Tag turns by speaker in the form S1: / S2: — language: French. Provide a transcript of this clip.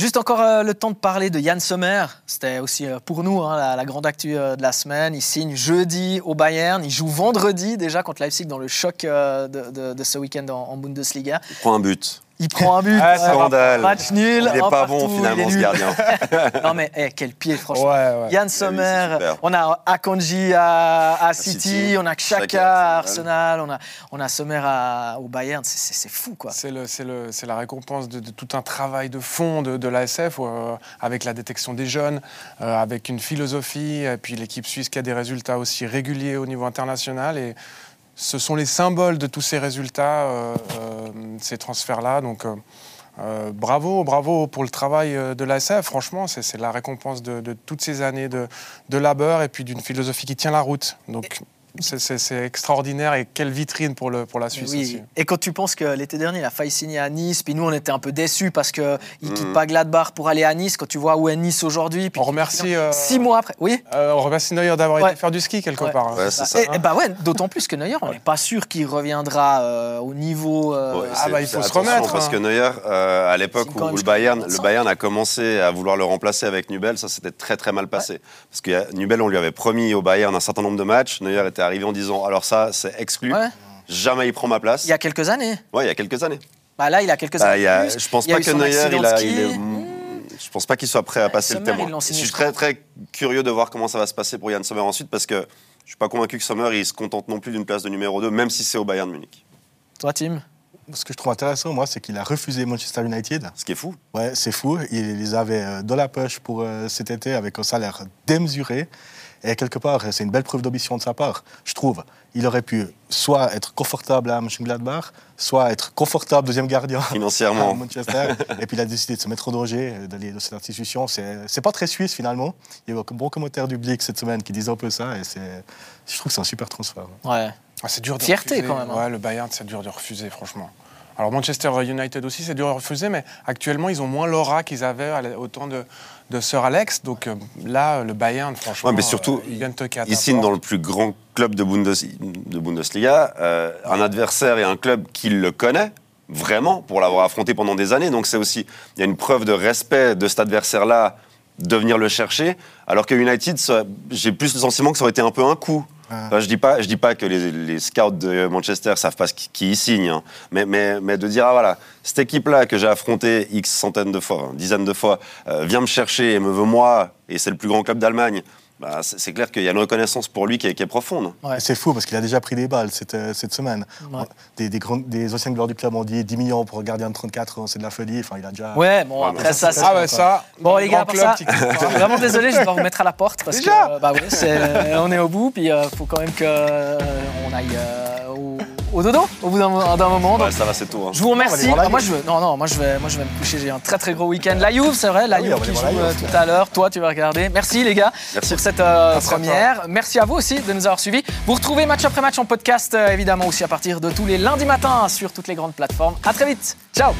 S1: Juste encore euh, le temps de parler de Yann Sommer. C'était aussi euh, pour nous hein, la, la grande actu euh, de la semaine. Il signe jeudi au Bayern. Il joue vendredi déjà contre Leipzig dans le choc euh, de, de- de ce week-end en, en Bundesliga.
S2: Il prend un but.
S1: Il prend un but. Euh,
S3: Ah, ça va.
S2: Scandale.
S1: match nul.
S2: Il n'est
S1: un
S2: pas
S1: partout,
S2: bon
S1: il est
S2: finalement ce
S1: nul.
S2: gardien.
S1: non mais eh, quel pied
S3: Ouais,
S1: franchement.
S3: ouais.
S1: Yann
S2: Ah
S1: Sommer,
S2: oui, c'est super.
S1: on a Akanji à, à City,
S2: City,
S1: on a Xhaka
S2: Xhaka
S1: à
S2: à
S1: Arsenal, on a, on a Sommer à- au Bayern, c'est- c'est c'est fou quoi.
S3: C'est le, c'est le, c'est la récompense de, de tout un travail de fond de, de l'ASF euh, avec la détection des jeunes, euh, avec une philosophie, et puis l'équipe suisse qui a des résultats aussi réguliers au niveau international. Et ce sont les symboles de tous ces résultats, euh, euh, ces transferts-là. Donc euh, euh, bravo, bravo pour le travail euh, de l'ASF. Franchement, c'est c'est la récompense de, de toutes ces années de, de labeur et puis d'une philosophie qui tient la route. Donc c'est- c'est c'est extraordinaire et quelle vitrine pour, le, pour la Suisse
S1: Oui,
S3: aussi.
S1: Et quand tu penses que l'été dernier, il a failli signer à Nice, puis nous, on était un peu déçus parce qu'il ne
S2: Mhm.
S1: quitte pas Gladbach pour aller à Nice, quand tu vois où est Nice aujourd'hui. puis
S3: On
S1: qu'il-
S3: remercie, euh,
S1: Six mois après. Oui
S3: Euh, on remercie Neuer d'avoir
S1: Ouais.
S3: été faire du ski quelque
S1: Ouais.
S3: part. hein.
S2: Ouais, Ah, c'est ça.
S1: et, et bah ouais, d'autant plus que Neuer, on n'est pas sûr qu'il reviendra euh, au niveau. euh,
S2: Ouais,
S3: ah
S2: c'est-
S3: bah, il
S2: c'est-
S3: faut se
S2: attention,
S3: remettre,
S2: Parce
S3: hein.
S2: que Neuer, euh, à l'époque
S1: C'est
S2: où,
S1: quand même
S2: où le,
S1: jusqu'à
S2: Bayern, le
S1: 45.
S2: Bayern a commencé à vouloir le remplacer avec Nubel, ça s'était très très mal passé. Parce que euh, Nubel, on lui avait promis au Bayern un certain nombre de matchs. Neuer était arrivé en disant alors ça, c'est exclu.
S1: ouais,
S2: Jamais il prend ma place.
S1: il y a quelques années.
S2: Ouais, il y a quelques années.
S1: Bah là, il a quelques
S2: Bah,
S1: années.
S2: il y a-
S1: plus.
S2: je pense
S1: Il y a
S2: pas
S1: eu
S2: que
S1: son
S2: Neuer,
S1: accident
S2: il a,
S1: de ski.
S2: il est- Mm. je pense pas qu'il soit prêt à passer
S1: Sommer,
S2: le témoin.
S1: ils l'ont
S2: Et Je
S1: signé,
S2: suis
S1: je crois.
S2: très très curieux de voir comment ça va se passer pour Yann Sommer ensuite, parce que je suis pas convaincu que Sommer il se contente non plus d'une place de numéro 2, même si c'est au Bayern de Munich.
S1: Toi, Tim
S4: Ce que je trouve intéressant, moi, c'est qu'il a refusé Manchester United.
S2: Ce qui est fou.
S4: Ouais, c'est fou. Il les avait euh, dans la poche pour euh, cet été avec un salaire démesuré. Et quelque part, c'est une belle preuve d'ambition de sa part, je trouve. Il aurait pu soit être confortable à Mönchengladbach, soit être confortable deuxième gardien à
S2: Financièrement,
S4: Manchester. et puis il a décidé de se mettre en danger, euh, d'aller dans cette institution. C'est c'est pas très suisse finalement. Il y a eu un bon commentaire du Blick cette semaine qui disait un peu ça. Et c'est- je trouve que c'est un super transfert. hein.
S1: Ouais.
S3: Ah, c'est dur de
S1: Fierté,
S3: refuser.
S1: quand même, hein.
S3: Ouais, le Bayern, c'est dur de refuser, franchement. Alors Manchester United aussi, c'est dur de refuser, mais actuellement, ils ont moins l'aura qu'ils avaient à la- au temps de, de Sir Alex. Donc euh, là, le Bayern, franchement,
S2: Ouais, mais surtout,
S3: euh, ils viennent toquer à ta
S2: il signe
S3: porte.
S2: dans le plus grand club de, Bundes- de Bundesliga, euh, un adversaire et un club qui le connaît vraiment pour l'avoir affronté pendant des années. Donc c'est aussi, il y a une preuve de respect de cet adversaire-là, de venir le chercher. Alors que United, ça- j'ai plus le sentiment que ça aurait été un peu un coup.
S4: Ah.
S2: Enfin, je dis pas, je dis pas que les, les scouts de Manchester savent pas ce qui, qui y signe, hein. mais, mais, mais de dire ah voilà cette équipe-là que j'ai affrontée x centaines de fois, hein, dizaines de fois, euh, vient me chercher et me veut moi et c'est le plus grand club d'Allemagne. Bah, c'est c'est clair qu'il y a une reconnaissance pour lui qui est, qui est profonde.
S1: Ouais.
S4: Et C'est fou parce qu'il a déjà pris des balles cette, euh, cette semaine.
S1: Ouais.
S4: Des, des, grandes- des anciennes gloires du club ont dit 10 millions pour un gardien de 34 ans, c'est de la folie. Enfin, il a déjà.
S1: Ouais, bon,
S2: Ouais,
S1: après
S2: mais
S1: ça,
S4: ça,
S1: c'est.
S3: Ah ouais, ça.
S1: Bon,
S3: dans
S1: les
S3: grand
S1: gars, pour
S3: club,
S1: ça,
S3: tu-
S1: je suis vraiment désolé, je dois vous mettre à la porte parce
S3: Déjà
S1: que euh, bah ouais, c'est- on est au bout, puis euh, faut quand même que euh, on aille euh, au, au dodo au bout d'un d'un moment. donc.
S2: Ouais, ça va, c'est tout. hein.
S1: je vous remercie.
S4: On va aller voir la
S1: Ah, moi, je veux, non, non, moi je vais, moi je vais me coucher. J'ai un très très gros week-end. La Juve, c'est vrai, la
S4: Ah oui,
S1: Juve
S4: on va
S1: qui
S4: aller
S1: joue
S4: voir la
S1: euh,
S4: Juve.
S1: tout à l'heure. Toi, tu vas regarder. Merci les gars
S2: Merci.
S1: pour cette euh,
S3: Merci à toi.
S1: première. Merci à vous aussi de nous avoir suivis. Vous retrouvez match après match en podcast euh, évidemment aussi à partir de tous les lundis matins sur toutes les grandes plateformes. À très vite. Ciao.